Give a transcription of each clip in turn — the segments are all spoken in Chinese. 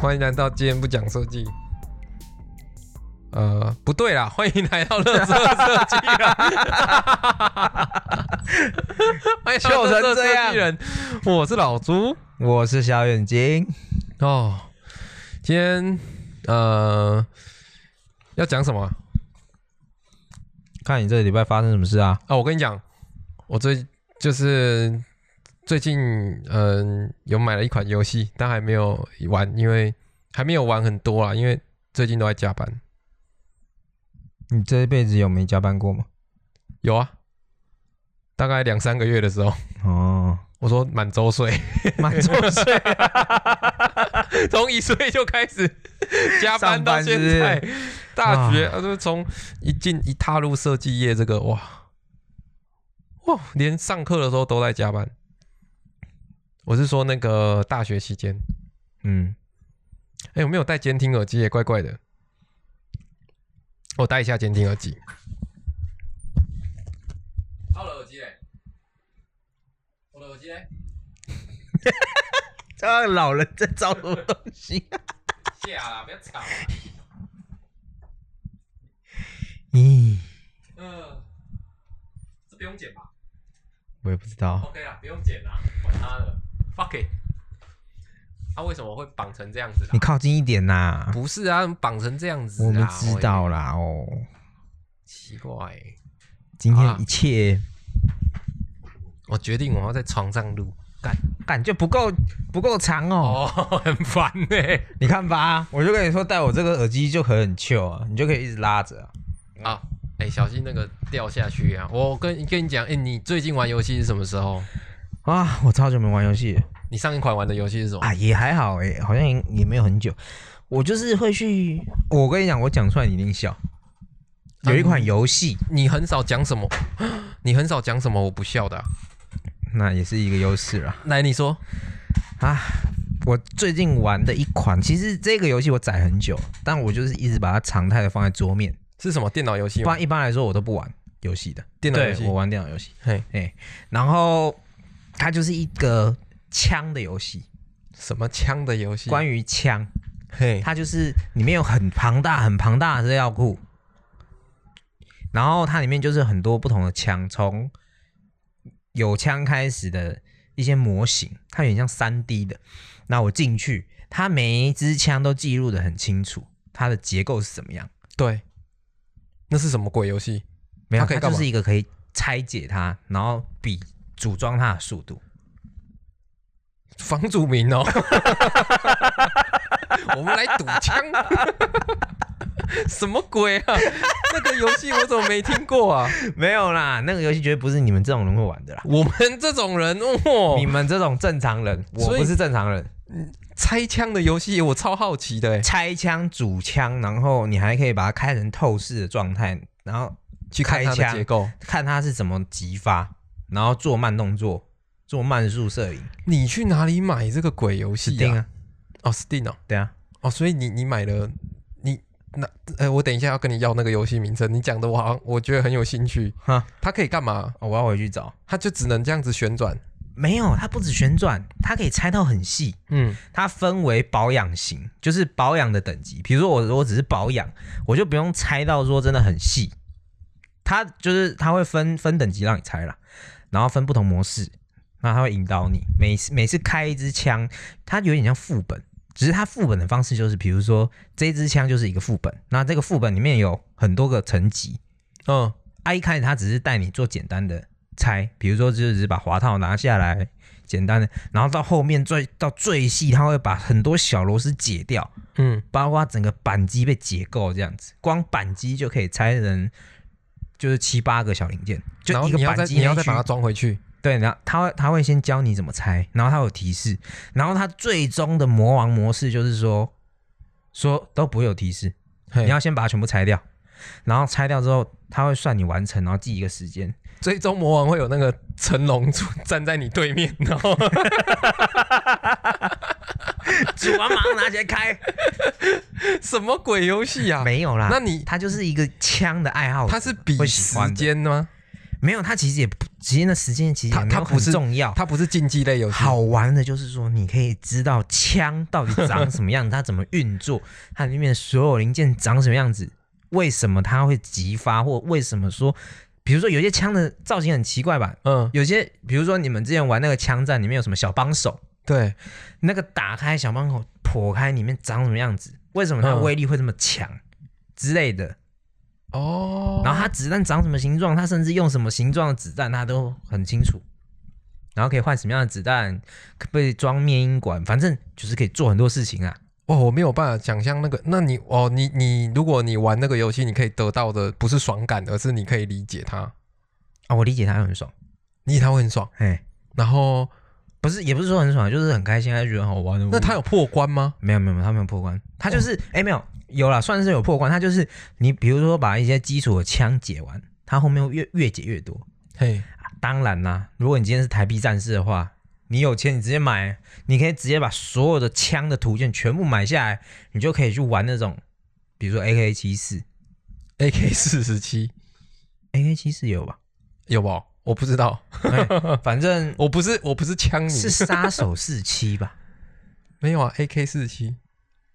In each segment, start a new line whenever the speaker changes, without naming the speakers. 欢迎来到今天不讲设计。呃，不对啦，欢迎来到乐色设计啦！欢迎来到乐色设计人，我是老朱
我是小眼睛，
哦。今天呃要讲什么啊？
看你这礼拜发生什么事啊？
啊，我跟你讲，我最就是最近嗯、有买了一款游戏，但还没有玩，因为还没有玩很多啦，因为最近都在加班。
你这一辈子有没加班过吗？
有啊，大概两三个月的时候，
哦，
我说满周 岁，
满周 岁，
从一岁就开 始加班
上
到
班
现
是不是
在，大学啊，就是从一进一踏入设计业这个哇哇，连上课的时候都在加班。我是说那个大学期间，
嗯，
哎、我没有戴监听耳机也怪怪的。我戴一下监听耳机。好了耳机嘞，我的耳机嘞，
这老人在找什么东西、啊
下啦，不要吵。
咦，
嗯，这不用剪吧
我也不知道，
？OK 啦，不用剪啦，管他的，fuck it。他、为什么会绑成这样子啊
你
啦？
靠近一点呐、
不是啊，绑成这样子啦，
我们知道
喂，
啦哦。
奇怪、
今
啊
天一切
我决定我要在床上录，干
感觉不够不够长哦。
哦， 很烦呢、
你看吧，我就跟你说，戴我这个耳机就很 chill 啊，你就可以一直拉着啊、
啊，哎、小心那个掉下去啊！我跟跟你讲，哎、你最近玩游戏是什么时候？
啊，我超久没玩游戏了
你上一款玩的游戏是什么？
啊，也还好哎、好像也也没有很久。我就是会去，我跟你讲，我讲出来你一定笑。有一款游戏，
你很少讲什么， 你很少讲什么，我不笑的啊、
那也是一个优势啦。
来，你说，
啊，我最近玩的一款，其实这个游戏我载很久，但我就是一直把它常态的放在桌面，
是什么电脑游戏
不
吗？
然一般来说我都不玩游戏的。
电脑游
对，
戏
我玩电脑游戏。
嘿，
然后它就是一个枪的游戏，
什么枪的游戏？
关
于
于枪，
嘿，
它就是里面有很庞大、很庞大的资料库，然后它里面就是很多不同的枪，从有枪开始的一些模型，它有点像三 D 的。那我进去，它每一支枪都记录的很清楚，它的结构是怎么样。
对，那是什么鬼游戏？
没有，
它可以
它
干
就
嘛
是一个可以拆解它，然后比组装它的速度。
房祖名哦，我们来赌枪， 什么鬼啊？那个游戏我怎么没听过啊？
没有啦，那个游戏绝对不是你们这种人会玩的啦。
我们这种人哦，
你们这种正常人，我
所以
不是正常人。
拆枪的游戏我超好奇的欸，
拆枪、主枪，然后你还可以把它开成透视的状态，然后
去看它
开
的
枪
结构。
看它是怎么击发，然后做慢动作，做慢速摄影。
你去哪里买这个鬼游戏
定
啊？
啊，
哦，Steam 哦，
对啊，
哦，所以你你买了，你那呃，我等一下要跟你要那个游戏名称，你讲的我好像我觉得很有兴趣。
哈、
它可以干嘛？
哦我要回去找。
它就只能这样子旋转。
没有，它不止旋转，它可以拆到很细。
嗯，
它分为保养型，就是保养的等级。比如说我我只是保养，我就不用拆到说真的很细。它就是它会分分等级让你拆啦，然后分不同模式，那它会引导你。每次每次开一支枪，它有点像副本，只是它副本的方式就是，比如说这支枪就是一个副本，那这个副本里面有很多个层级。
嗯，
啊，一开始它只是带你做简单的拆，比如说就只是把滑套拿下来，简单的，然后到后面最到最细，它会把很多小螺丝解掉，
嗯，
包括整个扳机被解构这样子，光扳机就可以拆成就是七八个小零件，
然
就
后
一个
你要再
扳机
你要
那
再
一
把它
区
装回去。
对，然后它会它会先教你怎么拆，然后它有提示，然后它最终的魔王模式就是说说都不会有提示，
嘿
你要先把它全部拆掉，然后拆掉之后，它会算你完成，然后记一个时间。
最终魔王会有那个成龙出 站在你对面，然后
煮完马上拿起来开。
什么鬼游戏啊？
没有啦，
那你
他就是一个枪的爱好者，
它是比
会喜欢
时
的
间吗？
没有，它其实也不，其实那时间其实也
它
没
它
有
不
很
是
重要。
它不是竞技类游戏，
好玩的就是说，你可以知道枪到底长什么样，它怎么运作，它里面的所有零件长什么样子，为什么它会激发，或为什么说，比如说有些枪的造型很奇怪吧，
嗯，
有些比如说你们之前玩那个枪战里面有什么小帮手，
对，
那个打开小帮手破开里面长什么样子，为什么它
嗯
威力会这么强、之类的，
哦，
然后它子弹长什么形状，它甚至用什么形状的子弹，它都很清楚。然后可以换什么样的子弹，可不可以装灭音管，反正就是可以做很多事情啊。
哦，我没有办法想象那个，那你哦，你你如果你玩那个游戏，你可以得到的不是爽感，而是你可以理解它，
啊，我理解他很爽，
你他会很爽。
哎，
然后，
不是也不是说很爽，就是很开心，还觉得很好玩。
那他有破关吗？
没有没有没有他没有破关，他就是哎、没有有啦，算是有破关，他就是你比如说把一些基础的枪解完，他后面越越解越多。嗯
嘿，
当然啦，如果你今天是台币战士的话，你有钱你直接买，你可以直接把所有的枪的图鉴全部买下来，你就可以去玩那种，比如说 AK 七四
，AK 四十七
，AK 七四有吧？
有不？我不知道，
呃反正
我不是我不是枪迷，
是杀手四七吧？
没有啊，AK 四十七，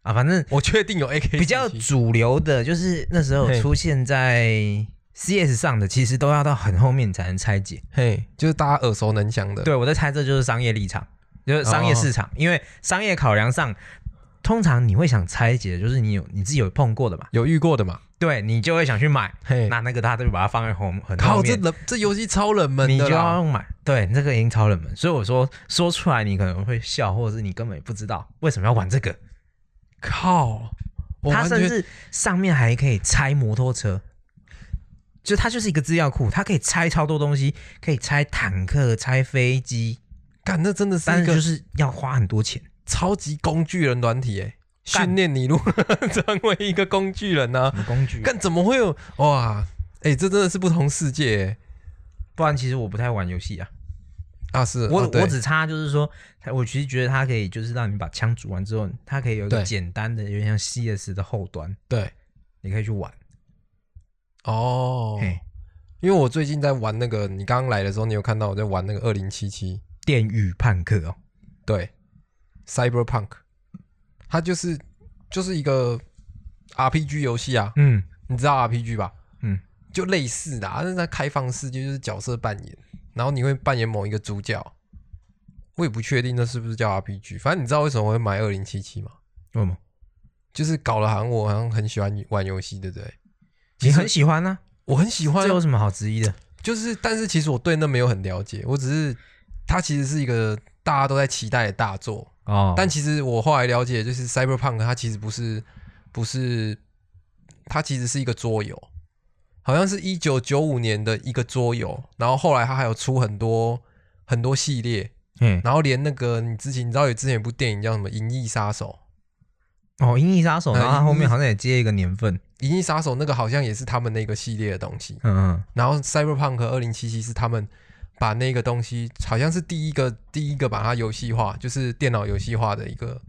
啊，反正
我确定有 AK
比较主流的，就是那时候
嘿
出现在 CS 上的，其实都要到很后面才能拆解。
嘿，就是大家耳熟能详的。
对我在猜，这就是商业立场，就是商业市场，因为商业考量上，通常你会想拆解，的就是你有你自己有碰过的嘛，
有遇过的嘛？
对你就会想去买，
嘿，
那那个他就把它放在后很后
靠，这
面。
冷这游戏超冷门
你
的
就要
啦。
用买，对，这个已经超冷门，所以我说说出来你可能会笑，或者是你根本也不知道为什么要玩这个。
靠，我
它
完
甚
全
至上面还可以拆摩托车，就它就是一个资料库，它可以拆超多东西，可以拆坦克、拆飞机，
干，那真的是
但
一
是就
个
是要花很多钱。
超级工具人软体诶，
干
训练你如何 成为一个工具人呢、啊？
工具
干怎么会有哇？哎、这真的是不同世界诶
不然其实我不太玩游戏啊，
啊！是
我、
哦对
我只差就是说，它我其实觉得它可以就是让你把枪煮完之后，它可以有一个
对
简单的，有点像 CS 的后端，
对
你可以去玩。
哦，
嘿
因为我最近在玩那个，你刚刚来的时候，你有看到我在玩那个二零七七，
电狱判客哦，
对，Cyberpunk，它就是就是一个 RPG 游戏啊，
嗯，
你知道 RPG 吧？
嗯，
就类似的、啊，但是它开放世界就是角色扮演，然后你会扮演某一个主角。我也不确定那是不是叫 RPG，反正你知道为什么我会买二零七七吗？
为什么？
就是搞得好像我好像很喜欢玩游戏，对不对？
你很喜欢呢、
我很喜欢
这
啊，
有什么好质疑的？
就是但是其实我对那没有很了解，我只是它其实是一个大家都在期待的大作，
哦，
但其实我后来了解，就是 Cyberpunk 它其实不是不是，它其实是一个桌游，好像是一九九五年的一个桌游，然后后来它还有出很多很多系列，
嗯，
然后连那个你之前你知道有之前有部电影叫什么《银翼杀手
哦，《银翼杀手》，
呃
然后它
银翼
后面好像也接一个年份，》，
《银翼杀手》那个好像也是他们那个系列的东西，
嗯嗯，
然后 Cyberpunk 二零七七是他们。把那个东西好像是第一个第一个把它游戏化，就是电脑游戏化的一个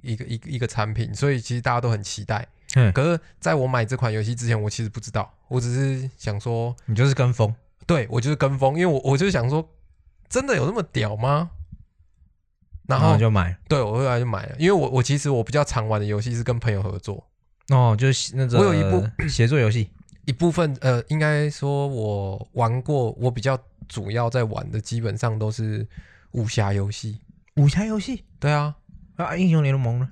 一个一个一个产品，所以其实大家都很期待。
嗯，
可是在我买这款游戏之前，我其实不知道，我只是想说，
你就是跟风，
对我就是跟风，因为我我就想说，真的有那么屌吗？然
然
后
后就买，
对我后来就买了，因为我我其实我比较常玩的游戏是跟朋友合作，
哦，就是那种
我有一
部协作游戏，
一部分呃，应该说我玩过，我比较主要在玩的基本上都是武侠游戏。
武侠游戏
对啊，
啊，英雄联盟呢？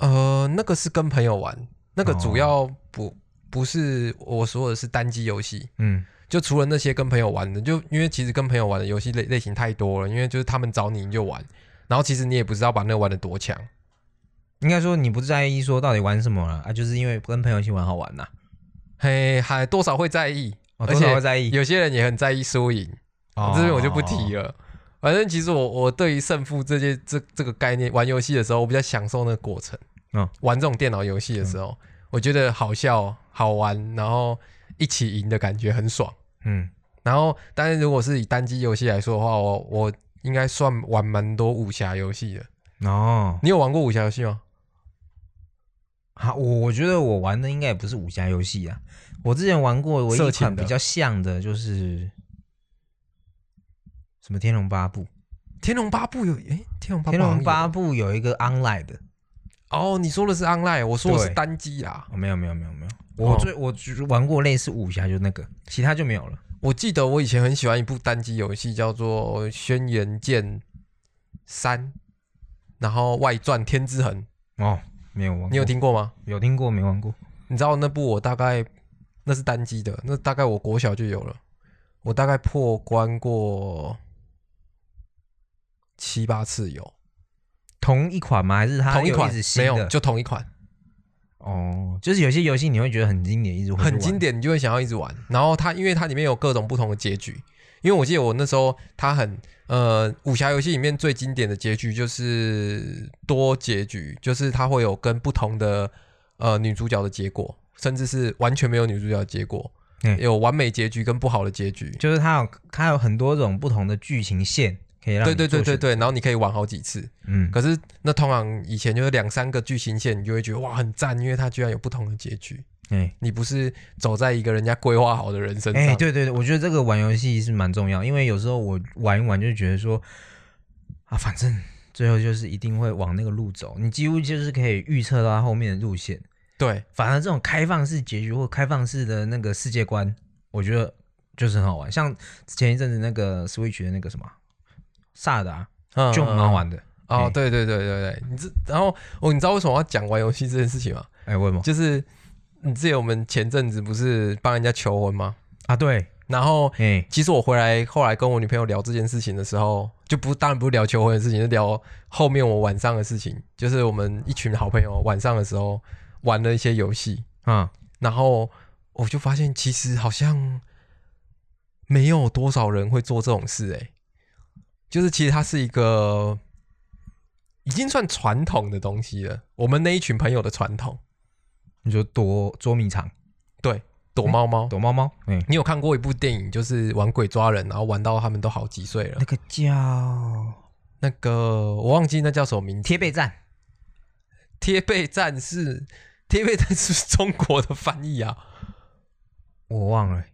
呃，那个是跟朋友玩，那个主
哦
要不、不是我说的是单机游戏，
嗯，
就除了那些跟朋友玩的，就因为其实跟朋友玩的游戏类类型太多了，因为就是他们找你你就玩，然后其实你也不知道把那个玩的多强。
应该说你不在意说到底玩什么了啊，就是因为跟朋友一起玩好玩呐，
嘿，还多少会在意，
我
而
多少会
且
在意，
有些人也很在意输赢，
哦
这边我就不提。了。反正其实我我对于胜负这些这这个概念，玩游戏的时候我比较享受那个过程。
嗯
玩这种电脑游戏的时候，我觉得好笑好玩，然后一起赢的感觉很爽。
嗯，
然后，但是如果是以单机游戏来说的话，我我应该算玩蛮多武侠游戏的。
哦，
你有玩过武侠游戏吗？
好，我我觉得我玩的应该也不是武侠游戏啊，我之前玩过我
色
一
情
款
的
比较像的，就是什么《天龙八部》，
天龙八部有诶，天龙八部
《天
好像
龙
有
八部》有一个 online 的，
哦，你说的是 online，我说的是
对
单机啊啦。
哦，没有没有没有没有，我
哦
最我只玩过类似武侠就那个，其他就没有了。
我记得我以前很喜欢一部单机游戏，叫做《轩辕剑三》，然后外传《天之痕》，
哦，没有玩过，
你有听过吗？
有听过没玩过？
你知道那部我大概那是单机的，那大概我国小就有了，我大概破关过七八次有，
同一款吗？还是它
同一
有
款
直新
没
的
有，就同一款，
哦，就是有些游戏你会觉得很经典，一直回去
很
玩
经。典，你就会想要一直玩。然后它因为它里面有各种不同的结局，因为我记得我那时候它很呃武侠游戏里面最经典的结局就是多结局，就是它会有跟不同的呃女主角的结果，甚至是完全没有女主角的结果，
嗯
有完美结局跟不好的结局。
就是它有它有很多种不同的剧情线可以让
对
你
对
做
对对
选择，
对，然后你可以玩好几次。
嗯，
可是那通常以前就是两三个剧情线，你就会觉得哇很赞，因为它居然有不同的结局。
哎
你不是走在一个人家规划好的人身
哎，
上，
对对对，我觉得这个玩游戏是蛮重要，因为有时候我玩一玩就觉得说啊，反正最后就是一定会往那个路走，你几乎就是可以预测到它后面的路线。
对
反而这种开放式结局或开放式的那个世界观，我觉得就是很好玩。像前一阵子那个 Switch 的那个什么萨达，
嗯
就蛮好玩的。
哦
哎，
对对对对对，你这然后哦，你知道为什么我要讲玩游戏这件事情吗？
哎，为什么
就是你记得我们前阵子不是帮人家求婚吗？
啊？对，
然后
哎，
其实我回来后来跟我女朋友聊这件事情的时候，就不当然不是聊求婚的事情，是聊后面我晚上的事情，就是我们一群好朋友晚上的时候玩了一些游戏，
啊，
然后我就发现其实好像没有多少人会做这种事、欸，就是其实它是一个已经算传统的东西了，我们那一群朋友的传统，
你说躲捉迷藏、
对，躲猫猫。
躲猫猫，哎，
你有看过一部电影，就是玩鬼抓人，然后玩到他们都好几岁了
那。个叫
那个我忘记那叫什么名字，
贴背战，
贴背战士，贴背战士是中国的翻译啊。
我忘了，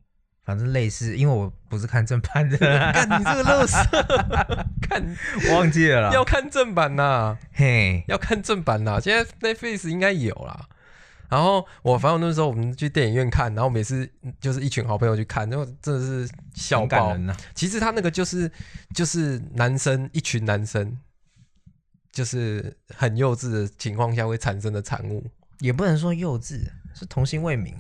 反正类似，因为我不是看正 版的，
看你这个 乐色，看
忘记了
要
啦。
看正版呐、
嘿，
要看正版啦，现在 Netflix 应该有啦。然后我反正那时候我们去电影院看，然后每次就是一群好朋友去看，然后真的是笑
很感
爆。
人啊呐。
其实他那个就是就是男生一群男生，就是很幼稚的情况下会产生的产物。
也不能说幼稚，是童心未泯。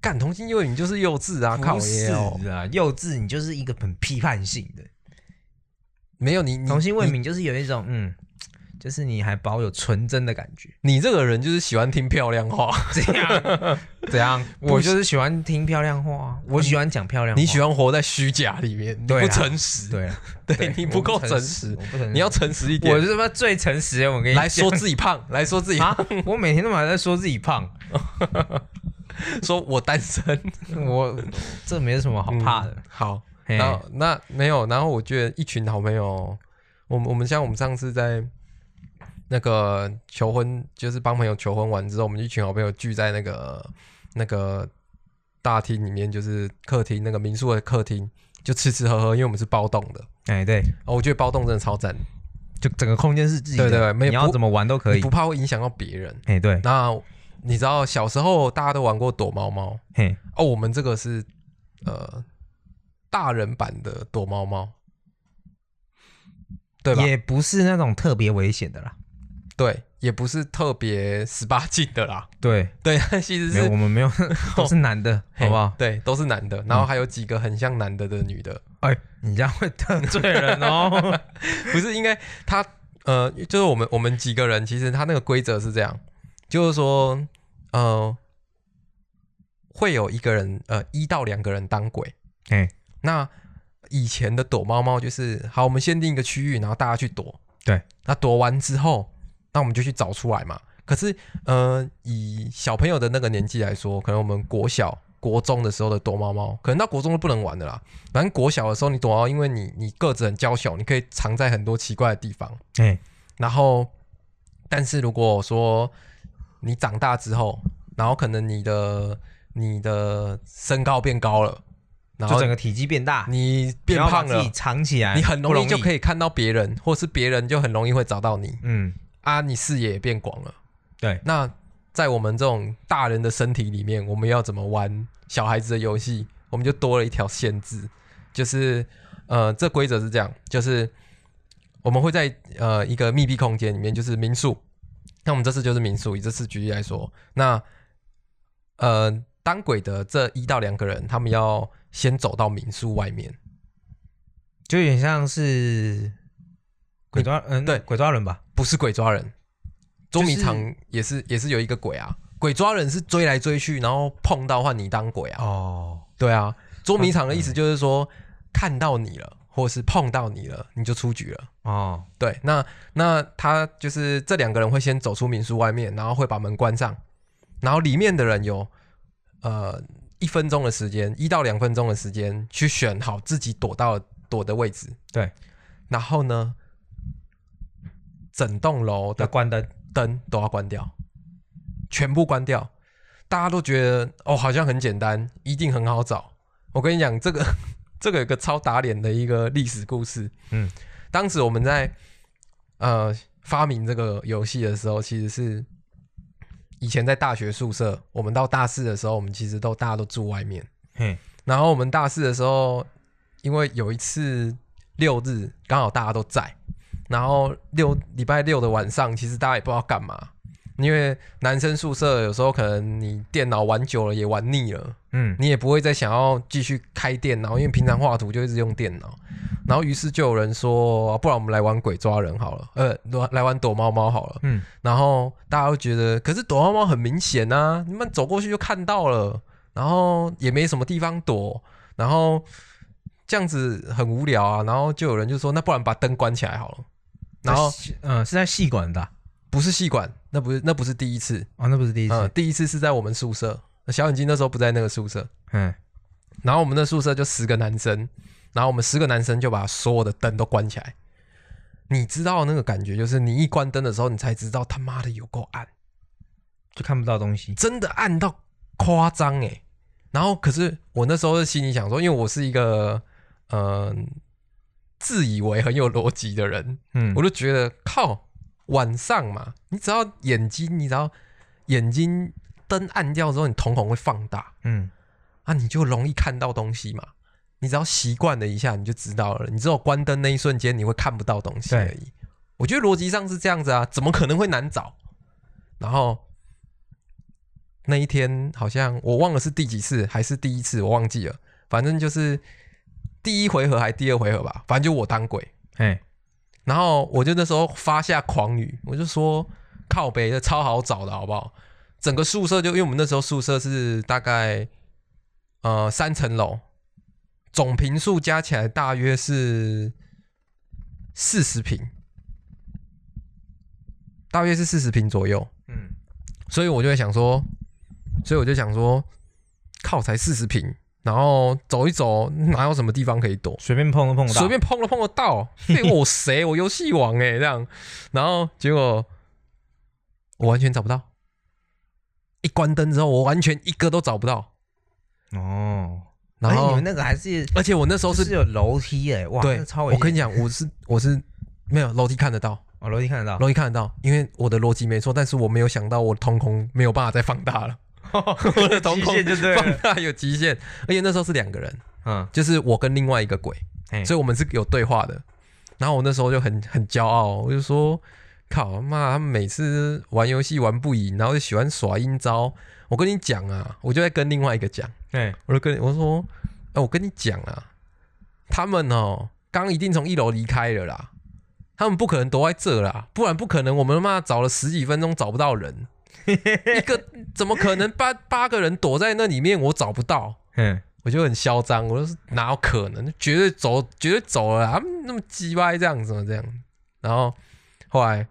干同性幼女就是幼稚啊，靠
不
耶
是
哦，
啊，幼稚，你就是一个很批判性的。
没有你你
童心未
你
泯就是有一种嗯，就是你还保有纯真的感 觉。
你这个人就是喜欢听漂亮话，
怎样？ 怎样？我就是喜欢听漂亮话啊，我喜欢讲漂亮话。
你喜欢活在虚假里面，你
对
不
啊
诚实，
对啊
对你不够
我
诚
实，
实
我，不诚实。
你要诚实一点
我。是他妈最诚实的，我跟你
来
讲
说自己 胖，来说自己
啊！我每天都还在说自己胖，
说我单身，
我这没什么好哎怕的
嗯。好，
嘿
然后那没有，然后我觉得一群好朋友，我们我们像我们上次在那个求婚，就是帮朋友求婚完之后，我们一群好朋友聚在那个那个大厅里面，就是客厅那个民宿的客厅，就吃吃喝喝，因为我们是包栋的。
哎，对，
哦，我觉得包栋真的超赞，
就整个空间是自己的，
对对对没有
你要
不
怎么玩都可
你
以
不。怕会影响到别人。
哎，对，
那你知道小时候大家都玩过躲猫猫，
嘿，
哦，我们这个是呃大人版的躲猫猫，对吧？
也不是那种特别危险的啦。
对，也不是特别十八禁的啦。
对，
对，其实
没有，
是
我们没 有，都是男的，好不好？嗯
对，都是男的，然后还有几个很像男的的女的，
哎，你这样会得罪 人哦。
不是应该他呃，就是我们我们几个人，其实他那个规则是这样，就是说呃，会有一个人呃一到两个人当鬼，
哎，
那以前的躲猫猫就是，好，我们限定一个区域，然后大家去躲。
对，
那躲完之后，那我们就去找出来嘛。可是，呃，以小朋友的那个年纪来说，可能我们国小、国中的时候的躲猫猫，可能到国中都不能玩的啦。反正国小的时候你躲猫猫，因为你你个子很娇小，你可以藏在很多奇怪的地方。
哎，
然后，但是如果说你长大之后，然后可能你的你的身高变高了，然
就
后
整个体积变大，
你变
然后把
胖了
自己，藏起来，
你很
不
容易
易
就可以看到别人，或是别人就很容易会找到你
嗯，
啊，你视野也变广了。
对，
那在我们这种大人的身体里面，我们要怎么玩小孩子的游戏？我们就多了一条限制，就是呃，这规则是这样，就是我们会在呃一个密闭空间里面，就是民宿。那我们这次就是民宿，以这次举例来说，那呃当鬼的这一到两个人，他们要先走到民宿外面，
就有点像是鬼抓，嗯，
对
鬼抓人吧，
不是鬼抓人，捉迷
就是
藏也是也是有一个鬼啊，鬼抓人是追来追去，然后碰到换你当鬼啊。
哦，
对啊，捉迷藏的意思就是说、看到你了，或是碰到你了，你就出局了。
哦，
对，那那他就是这两个人会先走出民宿外面，然后会把门关上，然后里面的人有呃一分钟的时间，一到两分钟的时间去选好自己躲到躲的位置。
对，
然后呢，整栋楼
要
的
关灯，
灯都要关掉，全部关掉。大家都觉得哦，好像很简单，一定很好找。我跟你讲，这个 这个有个超打脸的一个历史故事。
嗯，
当时我们在呃发明这个游戏的时候，其实是以前在大学宿舍，我们到大四的时候，我们其实都大家都住外面。
嘿，
然后我们大四的时候，因为有一次六日刚好大家都在，然后六礼拜六的晚上，其实大家也不知道干嘛，因为男生宿舍有时候可能你电脑玩久了也玩腻了，
嗯，
你也不会再想要继续开电脑，因为平常画图就一直用电脑。然后于是就有人说，啊不然我们来玩鬼抓人好了，呃，来玩躲猫猫好了。
嗯，
然后大家都觉得，可是躲猫猫很明显啊，你们走过去就看到了，然后也没什么地方躲，然后这样子很无聊啊，然后就有人就说，那不然把灯关起来好了。然后
在戏嗯，是在戏馆的啊，
不是戏馆，那不是那不是第一次，
哦那不是第一
嗯，
次，
第一次是在我们宿舍，小眼睛那时候不在那个宿舍，
嗯，
然后我们那宿舍就十个男生，然后我们十个男生就把所有的灯都关起来。你知道那个感觉，就是你一关灯的时候，你才知道他妈的有够暗。
就看不到东西，
真的暗到夸张哎。然后可是我那时候心里想说，因为我是一个嗯、呃自以为很有逻辑的人，
嗯
我，就觉得靠晚上嘛，你只要眼睛，你只要眼睛灯暗掉之后，你瞳孔会放大
嗯，
啊，你就容易看到东西嘛。你只要习惯了一下，你就知道了。你只有关灯那一瞬间，你会看不到东西
对
而已。我觉得逻辑上是这样子啊，怎么可能会难找？然后那一天好像我忘了是第几次，还是第一次，我忘记了。反正就是第一回合还是第二回合吧，反正就我当鬼。
嘿，
然后我就那时候发下狂语，我就说靠北的超好找的好不好？整个宿舍就因为我们那时候宿舍是大概呃三层楼，总平数加起来大约是四十平，大约是四十平左右。
嗯，
所以我就会想说，所以我就想说，靠，才四十平，然后走一走，哪有什么地方可以躲？
随便碰都碰不到，
随便碰都碰得 到。嘿，我谁？我游戏王哎、这样。然后结果我完全找不到，一关灯之后，我完全一个都找不到。
哦，
然
哎你
后，
们那个还是
而且我那时候
都
是
是有楼梯哎，哇，
对
那超，危
我
险
跟你讲，我是我是没有楼梯看得到，
哦，楼梯看 得到，
楼梯看得到，因为我的逻辑没错，但是我没有想到我的瞳孔没有办法再放大了，我的瞳
极
孔
限就对了
放大有极限，而且那时候是两个人，
嗯，
就是我跟另外一个鬼，
嘿
所以我们是有对话的。然后我那时候就很很骄傲，我就说：“靠妈，他们每次玩游戏玩不赢，然后就喜欢耍阴招。我跟你讲啊，我就在跟另外一个讲，
对，
我就跟我说：‘哎、我跟你讲啊，他们哦，刚一定从一楼离开了啦，他们不可能躲在这啦，不然不可能我们妈找了十几分钟找不到人，一个怎么可能八八个人躲在那里面我找不到？’
嗯，
我就很嚣张，我就是哪有可能，绝对走，绝对走了啊，他们那么鸡歪这样怎么这样？然后后来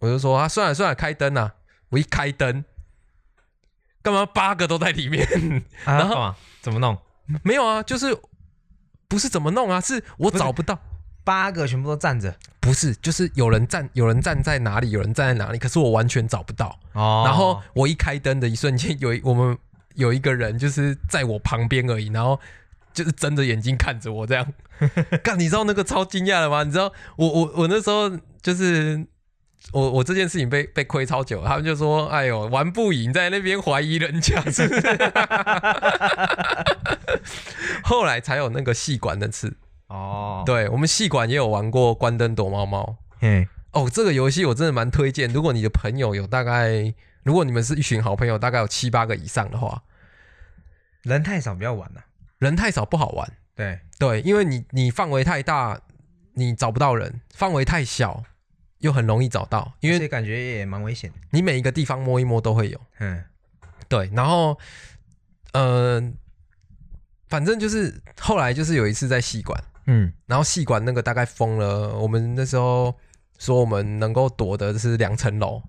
我就说啊，算了算了，开灯啊！我一开灯，干嘛八个都在里面？
啊
然后
干嘛怎么弄？
没有啊，就是不是怎么弄啊，是我
不是
找不到，
八个全部都站着，
不是就是有人站，有人站在哪里，有人站在哪里，可是我完全找不到。
哦
然后我一开灯的一瞬间，有一我们有一个人就是在我旁边而已，然后就是睁着眼睛看着我这样。干，你知道那个超惊讶的吗？你知道我我我那时候就是我我这件事情被被亏超久，他们就说：“哎呦，玩不赢，在那边怀疑人家是不是。”后来才有那个戏馆的次，
哦，
对我们戏馆也有玩过关灯躲猫猫。
嘿，
哦，这个游戏我真的蛮推荐。如果你的朋友有大概，如果你们是一群好朋友，大概有七八个以上的话，
人太少不要玩了、
人太少不好玩。
对，
对，因为你你范围太大，你找不到人；范围太小，又很容易找到，因
所以
为
感觉也蛮危险的。
你每一个地方摸一摸都会有。
嗯，
对，然后，呃，反正就是后来就是有一次在戏馆，
嗯，
然后戏馆那个大概封了，我们那时候说我们能够躲的是两层楼，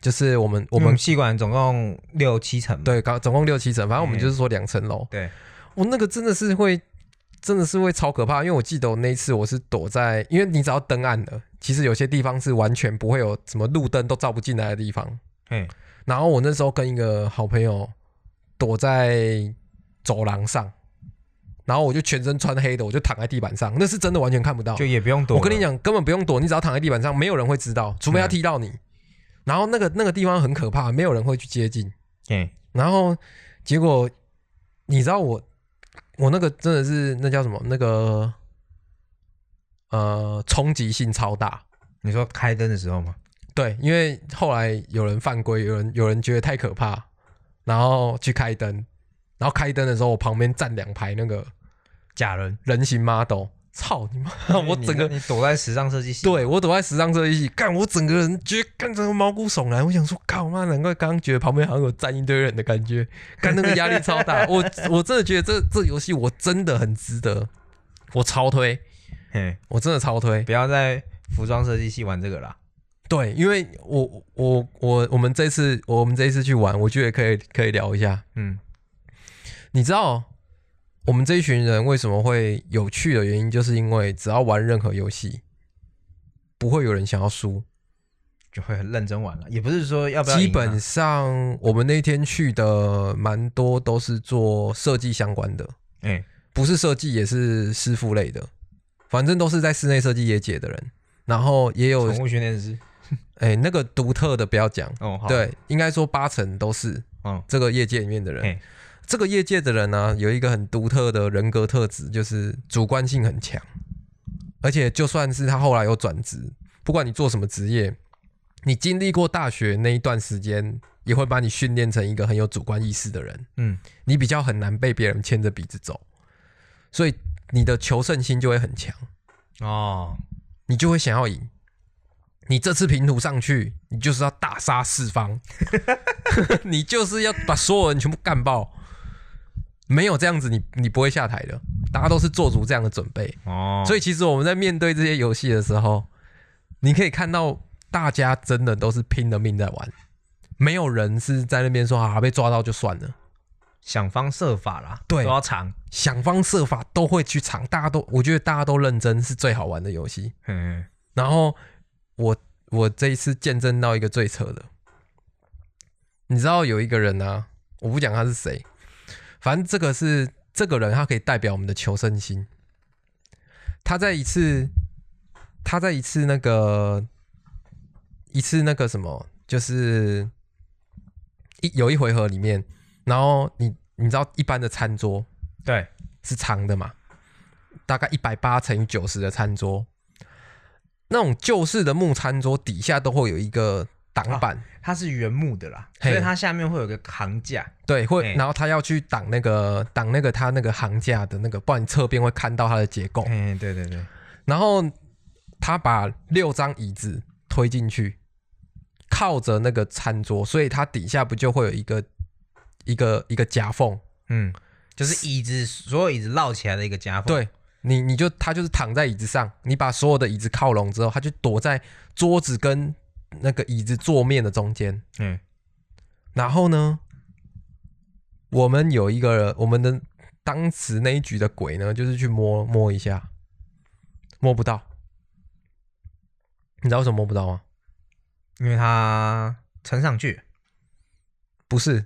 就是我们我
我
们
们戏馆总共六七层嘛。
对，刚总共六七层，反
嗯
正我们就是说两层楼。
对，
我那个真的是会，真的是会超可怕，因为我记得我那一次我是躲在，因为你只要登岸了，其实有些地方是完全不会有什么路灯都照不进来的地方。
嘿，
然后我那时候跟一个好朋友躲在走廊上，然后我就全身穿黑的，我就躺在地板上，那是真的完全看不到
就。也不用躲。嗯
我跟你，讲，根本不用躲，你只要躺在地板上，没有人会知道，除非他踢到你。然后那个那个地方很可怕，没有人会去接近。
嘿，
然后结果你知道我我那个真的是那叫什么那个呃冲击性超大，
你说开灯的时候吗？
对，因为后来有人犯规，有人有人觉得太可怕，然后去开灯，然后开灯的时候我旁边站两排那个
假人，
人形 model，操你妈！我整个
你躲在时尚设计系。
对我躲在时尚这一系，干我整个人觉得干整个毛骨悚然。我想说，靠妈，难怪刚刚觉得旁边好像有站一堆人的感觉， 干那个压力超大。我我真的觉得这这游戏我真的很值得，我超推，
嘿，
我真的超推。
不要在服装设计系玩这个啦。
对，因为我我我我们这次我们这一次去玩，我觉得可以可以聊一下。
嗯，
你知道我们这一群人为什么会有趣的原因，就是因为只要玩任何游戏，不会有人想要输。
就会很认真玩了，也不是说要不要赢啊。
基本上我们那天去的蛮多都是做设计相关的，
哎，
不是设计也是师傅类的，反正都是在室内设计业界的人。然后也有
宠物训练师。
哎，那个独特的不要讲，
哦，好，
对，应该说八成都是
嗯，
这个业界里面的人
嘿。
这个业界的人呢、有一个很独特的人格特质，就是主观性很强，而且就算是他后来有转职，不管你做什么职业，你经历过大学那一段时间，也会把你训练成一个很有主观意识的人。
嗯，
你比较很难被别人牵着鼻子走，所以你的求胜心就会很强，
哦，
你就会想要赢。你这次平图上去，你就是要大杀四方，你就是要把所有人全部干爆。没有这样子你，你不会下台的。大家都是做足这样的准备，
哦，
所
以
以其实我们在面对这些游戏的时候，你可以看到大家真的都是拼了命在玩，没有人是在那边说啊被抓到就算了。
想方设法啦，
对
都要藏。
想方设法都会去尝，大家都我觉得大家都认真是最好玩的游戏。
嗯，
然后我我这一次见证到一个最扯的，你知道有一个人啊，我不讲他是谁，反正这个是这个人，他可以代表我们的求生心。他在一次，他在一次那个一次那个什么，就是一有一回合里面，然后你你知道一般的餐桌，
对，
是长的嘛，大概一百八乘以九十的餐桌，那种旧式的木餐桌底下都会有一个挡板，
它是原木的啦，
嘿
所以它下面会有个扛架。
对，会，
嘿
然后他要去挡那个挡那个他那个行架的那个，不然你侧边会看到它的结构。
哎，对对对，
然后他把六张椅子推进去，靠着那个餐桌，所以它底下不就会有一个一个一个夹缝？
嗯，就是椅子，所有椅子绕起来的一个夹缝。，
对你，你就他就是躺在椅子上，你把所有的椅子靠拢之后，他就躲在桌子跟那个椅子座面的中间。
嗯，
然后呢，我们有一个我们的当时那一局的鬼呢，就是去摸摸一下，摸不到。你知道为什么摸不到吗？
因为它撑上去。
不是，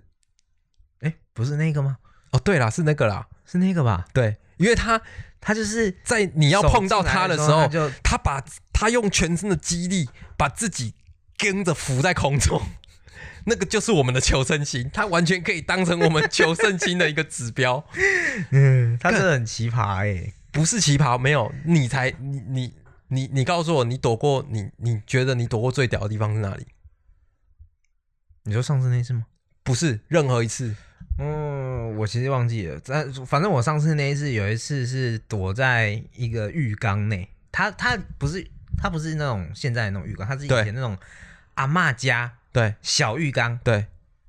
哎，不是那个吗？
哦，对啦，是那个啦，
是那个吧？
对，因为他
他就是
在你要碰到
他
他的时候，
就
他把他用全身的肌力把自己跟着浮在空中， 那个就是我们的求胜心，他完全可以当成我们求胜心的一个指标，
嗯，他真的很奇葩哎、
不是旗袍，没有你才你你你你告诉我，你躲过你你觉得你躲过最屌的地方是哪里？
你说上次那次吗？
不是任何一次，
嗯，我其实忘记了，但反正我上次那一次有一次是躲在一个浴缸内，它它不是它不是那种现在的那种浴缸，它是以
对
前那种阿嬷家
对
小浴缸，
对，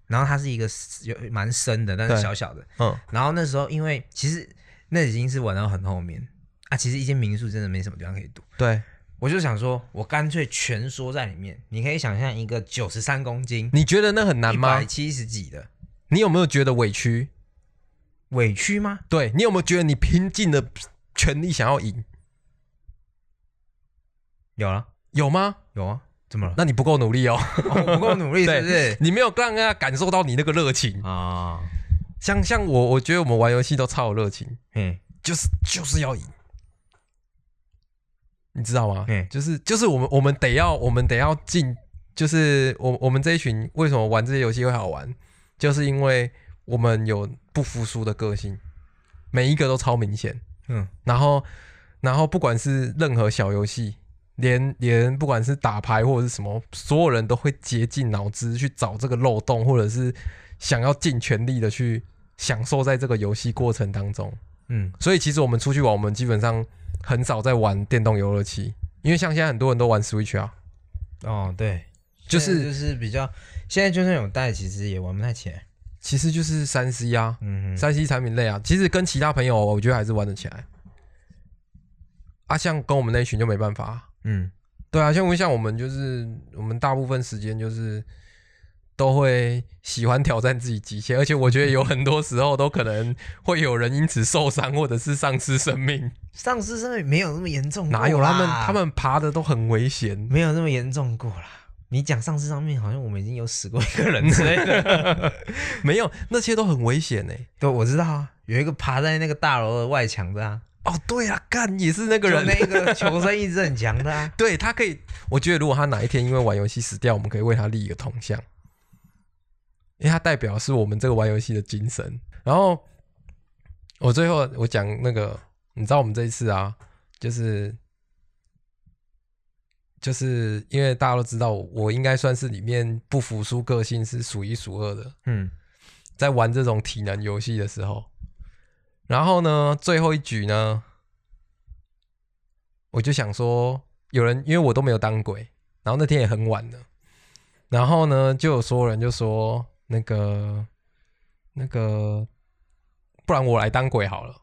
然后它是一个有蛮深的，但是
对
小小的。
嗯，
然后那时候因为其实那已经是玩到很后面啊，其实一间民宿真的没什么地方可以躲，
对
我就想说我干脆蜷缩在里面。你可以想象一个九十三公斤、
你觉得那很难
一
吗
百？七十几的
你有没有觉得委屈？
委屈吗？
对你有没有觉得你拼尽了全力想要赢？
有了，
有吗？
有啊，怎 么了？
那你不够努力哦，
哦我不够努力，是不是？
你没有让人家感受到你那个热情。
啊，
像像我，我觉得我们玩游戏都超有热情，
嘿，
就是就是要赢，你知道吗？
嗯
就是就是我们我们得要我们得要进，就是我我们这一群为什么玩这些游戏会好玩，就是因为我们有不服输的个性，每一个都超明显。
嗯，
然后然后不管是任何小游戏，连连不管是打牌或者是什么，所有人都会竭尽脑汁去找这个漏洞，或者是想要尽全力的去享受在这个游戏过程当中。
嗯，
所以其实我们出去玩，我们基本上很少在玩电动游乐器，因为像现在很多人都玩 Switch 啊，
哦，对，
就
现在
是
就是比较，现在就算有带，其实也玩不太起来。
其实就是三 C 啊，
嗯哼，
三 C 产品类啊，其实跟其他朋友我觉得还是玩得起来。啊，像跟我们那一群就没办法啊、
嗯，
对啊，像我像我们就是我们大部分时间就是都会喜欢挑战自己极限，而且我觉得有很多时候都可能会有人因此受伤或者是丧失生命。
上次真的没有那么严重过啦，
哪有他们他们爬的都很危险，
没有那么严重过啦。你讲上次上面好像我们已经有死过一个人之类 的，
没有那些都很危险欸呢、
对，我知道啊，有一个爬在那个大楼的外墙的啊，
哦，对啊，干也是那个
就
人，，
那个求生意志很强的啊
对他可以，我觉得如果他哪一天因为玩游戏死掉，我们可以为他立一个铜像，因为他代表是我们这个玩游戏的精神。然后我最后我讲那个，你知道我们这一次啊，就是就是因为大家都知道我，我应该算是里面不服输个性是数一数二的，
嗯，
在玩这种体能游戏的时候，然后呢，最后一局呢，我就想说，有人因为我都没有当鬼，然后那天也很晚了，然后呢，就有所有人就说那个那个，不然我来当鬼好了。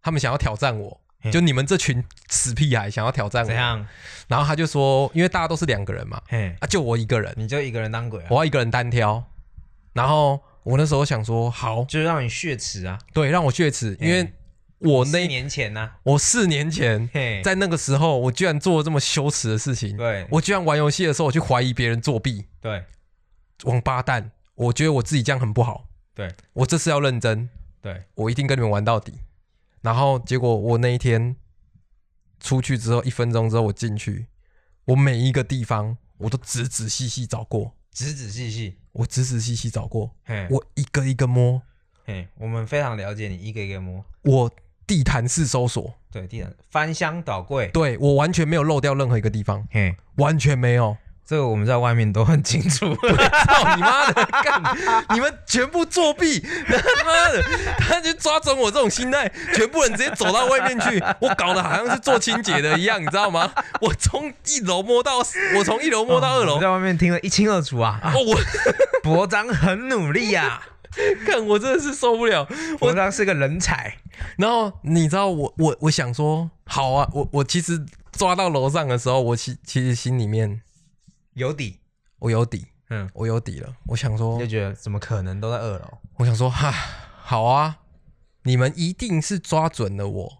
他们想要挑战我，
嗯
就你们这群死屁孩想要挑战
怎
我。
样？
然后他就说，因为大家都是两个人嘛，
嘿，
啊，就我一个人，
你就一个人当鬼啊
我，要一个人单挑。然后我那时候想说，好，
就让你血池啊，
对，让我血耻，因为我
哎四
那
年前呐，
我四年前
嘿，
在那个时候，我居然做了这么羞耻的事情。
对
我居然玩游戏的时候，我去怀疑别人作弊，
对
王八蛋！我觉得我自己这样很不好，
对
我这次要认真，
对，
我一定跟你们玩到底。然后结果我那一天出去之后，一分钟之后我进去，我每一个地方我都仔仔细细找过，
仔仔细细，
我仔仔细细找过，
嘿，
我一个一个摸，
嘿，我们非常了解你，一个一个摸。
我地毯式搜索，
对，地毯翻箱倒柜。
对我完全没有漏掉任何一个地方。
嘿，
完全没有，
这个我们在外面都很清 楚。
操你妈的，干！你们全部作弊， 他妈的，他就抓准我这种心态，全部人直接走到外面去，我搞得好像是做清洁的一样，你知道吗？我从一楼摸到，我从一楼摸到二
我
楼，
们
哦，
在外面听得一清二楚啊。 啊
我
博章很努力呀、 啊，
看我真的是受不了。
博章是个人才。
然后你知道我我我想说，好啊，我我其实抓到楼上的时候，我其其实心里面
有底。
我有底，
嗯，
我有底了，我想说
你就觉得怎么可能都在二楼？
我想说，哈，好啊，你们一定是抓准了我，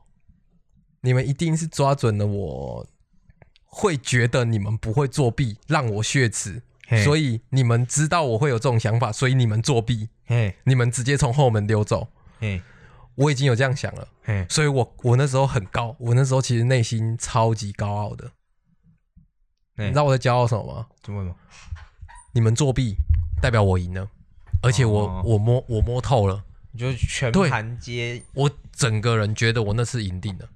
你们一定是抓准了我，会觉得你们不会作弊，让我血耻，
嘿
所以你们知道我会有这种想法，所以你们作弊，
嘿，
你们直接从后门溜走。
嘿，
我已经有这样想了，
嘿，
所以我我那时候很高，我那时候其实内心超级高傲的。
嘿
你知道我在骄傲什么吗？
怎么了？
你们作弊，代表我赢了，而且我、
哦
我摸我摸透了，
你就全
对
盘皆
我整个人觉得我那次赢定了。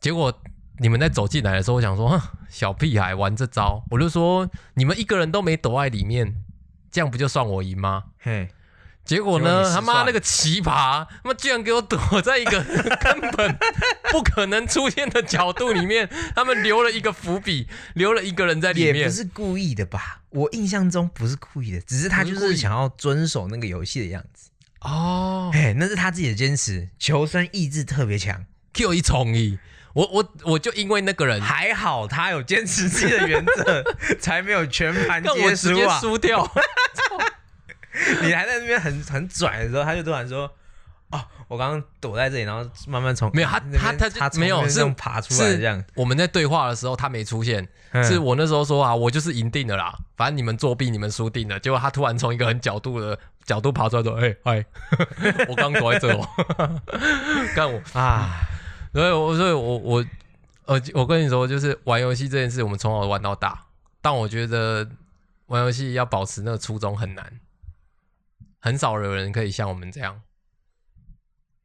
结果你们在走进来的时候，我想说，哼小屁孩玩这招，我就说你们一个人都没躲在里面，这样不就算我赢吗？
嘿，
结果
结果你
呢，
失
他妈
算
那个奇葩，他妈居然给我躲在一个 根本不可能出现的角度里面，他们留了一个伏笔，留了一个人在里
也
面
不。是故意的吧？我印象中不是故意的，只是他
不
就
是故
是
意
想要遵守那个游戏的样子。
哦
哎，那是他自己的坚持，求生意志特别强。
，Q 一重一，我我我就因为那个人，
还好他有坚持自己的原则， 才没有全盘
让我
皆
直
输
接
啊！
输掉。
你还在那边很很拽的时候，他就突然说：“哦，我刚刚躲在这里，然后慢慢从
没有他
那边
他他就
他从
没有
那边
是
这样爬出来
是
这样。
我们在对话的时候他没出现，
嗯
是我那时候说啊，我就是赢定了啦，反正你们作弊，你们输定了。结果他突然从一个很角度的角度爬出来说，哎、嗨， 我刚躲在这哦， 干我，
啊，
所以我所以我我呃，我跟你说，就是玩游戏这件事，我们从小玩到大，但我觉得玩游戏要保持那个初衷很难，很少有人可以像我们这样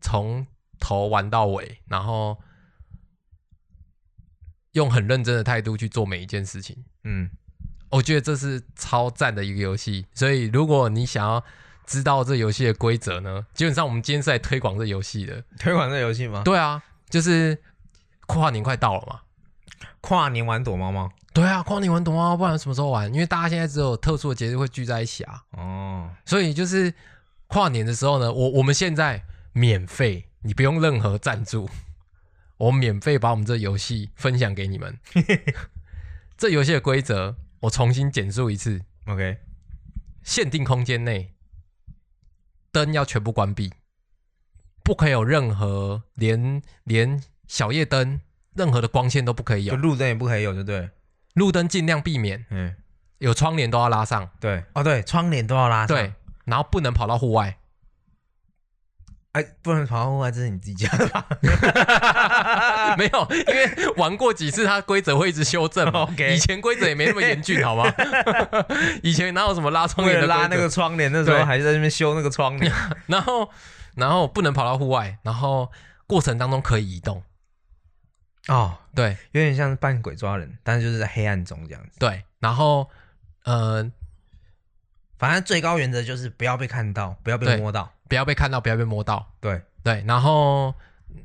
从头玩到尾，然后用很认真的态度去做每一件事情。
嗯，
我觉得这是超赞的一个游戏，所以如果你想要知道这游戏的规则呢，基本上我们今天是来推广这游戏的。
推广这个游戏吗？
对啊，就是跨年快到了嘛。
跨年玩躲猫猫
对啊，跨年玩懂啊，不然什么时候玩？因为大家现在只有特殊的节日会聚在一起啊，
哦，
所以就是跨年的时候呢，我我们现在免费，你不用任何赞助，我免费把我们这游戏分享给你们。这游戏的规则我重新简述一次：
OK，
限定空间内，灯要全部关闭，不可以有任何连连小夜灯、任何的光线都不可以
就
有，
路灯也不可以有，就对了，
路灯尽量避免，
嗯，
有窗帘都要拉上，
对，哦对，窗帘都要拉上，
对，，然后不能跑到户外。
哎，不能跑到户外，这是你自己家 的吧？
没有，因为玩过几次，它规则会一直修正嘛。
OK
以前规则也没那么严峻，好吗？ 以前哪有什么拉窗
为
帘
了
的规
拉那
则
个窗帘，那时候
对
还在那边修那个窗帘，
然后然后不能跑到户外，然后过程当中可以移动。
哦，
对
有点像扮鬼抓人，但是就是在黑暗中这样子。
对，然后呃，
反正最高原则就是不要被看到，不要被
对
摸到。
不要被看到，不要被摸到。
对，
对，然后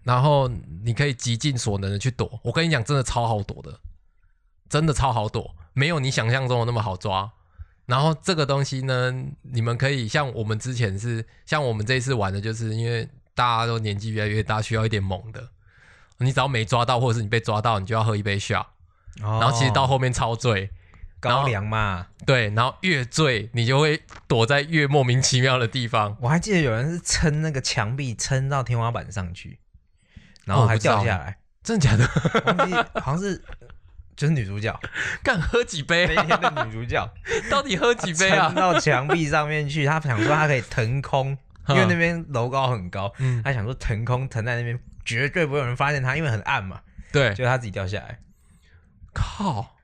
然后你可以极尽所能的去躲。我跟你讲，真的超好躲的，真的超好躲，没有你想象中的那么好抓。然后这个东西呢，你们可以像我们之前是，像我们这一次玩的，就是因为大家都年纪越来越大，需要一点猛的。你只要没抓到，或者是你被抓到，你就要喝一杯 shot，
然
然后其实到后面超醉，然
哦高
后
粱嘛，
对，然后越醉你就会躲在越莫名其妙的地方。
我还记得有人是撑那个墙壁撑到天花板上去，然后
哦
还
我知道
掉下来，
真的假 的？
忘记好像是就是女 主角
干喝几
那
杯
一
啊、
天的女主角
到底喝几杯 啊
撑？到墙壁上面去，她想说她可以 腾空，因为那边楼高很高，
嗯，
她想说腾空腾在那边绝对不会有人发现她，因为很暗嘛，
对，
就她自己掉下来。
靠，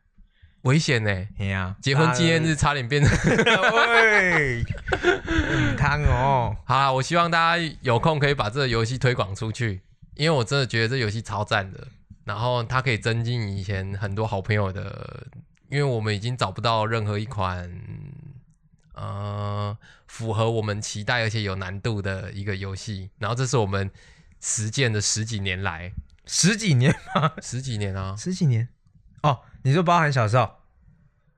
危险呢、
哎呀，
结婚纪念日差点变成……
喂， 很烫哦。
好啦，我希望大家有空可以把这个游戏推广出去，因为我真的觉得这游戏超赞的。然后它可以增进以前很多好朋友的，因为我们已经找不到任何一款呃符合我们期待而且有难度的一个游戏。然后这是我们实践的十几年来，
十几年，
十几年啊，
十几年哦，你就包含小时候，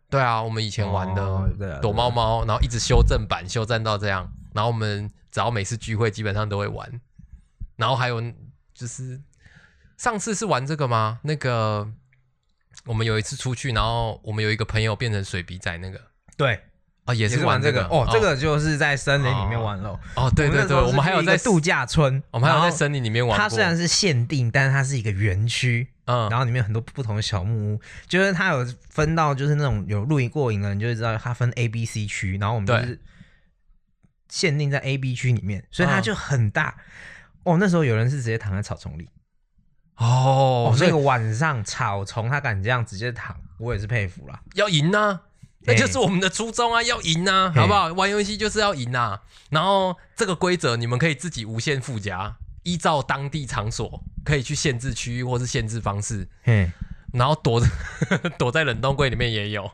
对啊，我们以前玩的、
哦对啊
躲猫猫，然后一直修正版，修正到这样。然后我们只要每次聚会，基本上都会玩。然后还有就是上次是玩这个吗？那个我们有一次出去，然后我们有一个朋友变成水笔仔，那个
对，
啊也
也是
玩
玩这
个
个哦，这个就是在森林里面
哦
玩喽。
哦对对对，我们还有在
度假村，
我们还有
然
在
后
森林里面玩过。
它啊虽然是哦限定，但是它是一个园区，
嗯
然后里面有很多不同的小木屋，就是它有分到，就是那种有露营过瘾的人就会知道它分 A、B、C 区，然后我们就
对
是限定在 A、B 区里面，所以它
嗯
就很大。哦，那时候有人是直接躺在草丛里，
哦
哦，，
所
那
以
个晚上草丛他敢这样直接躺，我也是佩服啦。
要赢呐、那
哎
就是我们的初衷啊，要赢呐、
哎
好不好？玩游戏就是要赢呐、然后这个规则你们可以自己无限附加，依照当地场所可以去限制区域或是限制方式，
嘿，
然后躲 躲在冷冻柜里面也有。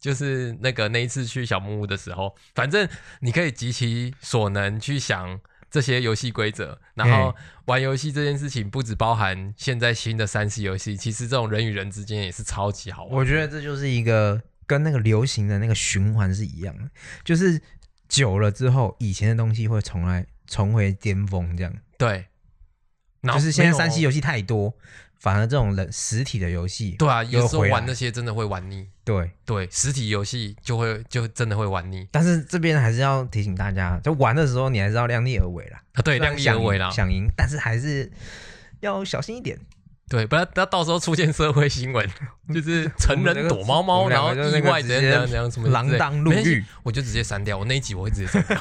就是那个那一次去小木屋的时候，反正你可以极其所能去想这些游戏规则，然后玩游戏这件事情不只包含现在新的三 C 游戏，其实这种人与人之间也是超级好玩。
我觉得这就是一个跟那个流行的那个循环是一样的，就是久了之后，以前的东西会重来重回巅峰，这样。
对，然后
就是现在
没有
三 C 游戏太多，反而这种人实体的游戏，
对啊，
又
有时候
回来
玩那些真的会玩腻。
对。
对，实体游戏就会就真的会玩腻
但是这边还是要提醒大家，就玩的时候你还是要量力而为啦，
啊。对，量力而为啦。
想赢，想赢但是还是要小心一点。
对，不要不要到时候出现社会新 闻，就是成
我们这
人
个
躲猫
我
猫，
们
然
两
后
个就是那
意
个
外怎样
直接
怎样怎样什么之
锒
类
铛入，
没关系
狱
我就直接删掉。我那一集我会直接删掉，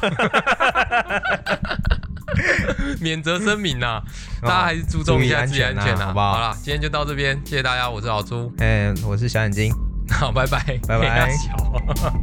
免责声明 呐，大家还
哦
是注重一下自己安全
注意安全
呐，
啊好不好
好啦，今天就到这边，谢谢大
哎
家，我是老朱，
嗯，我是小眼睛。
好，拜拜，
拜拜
小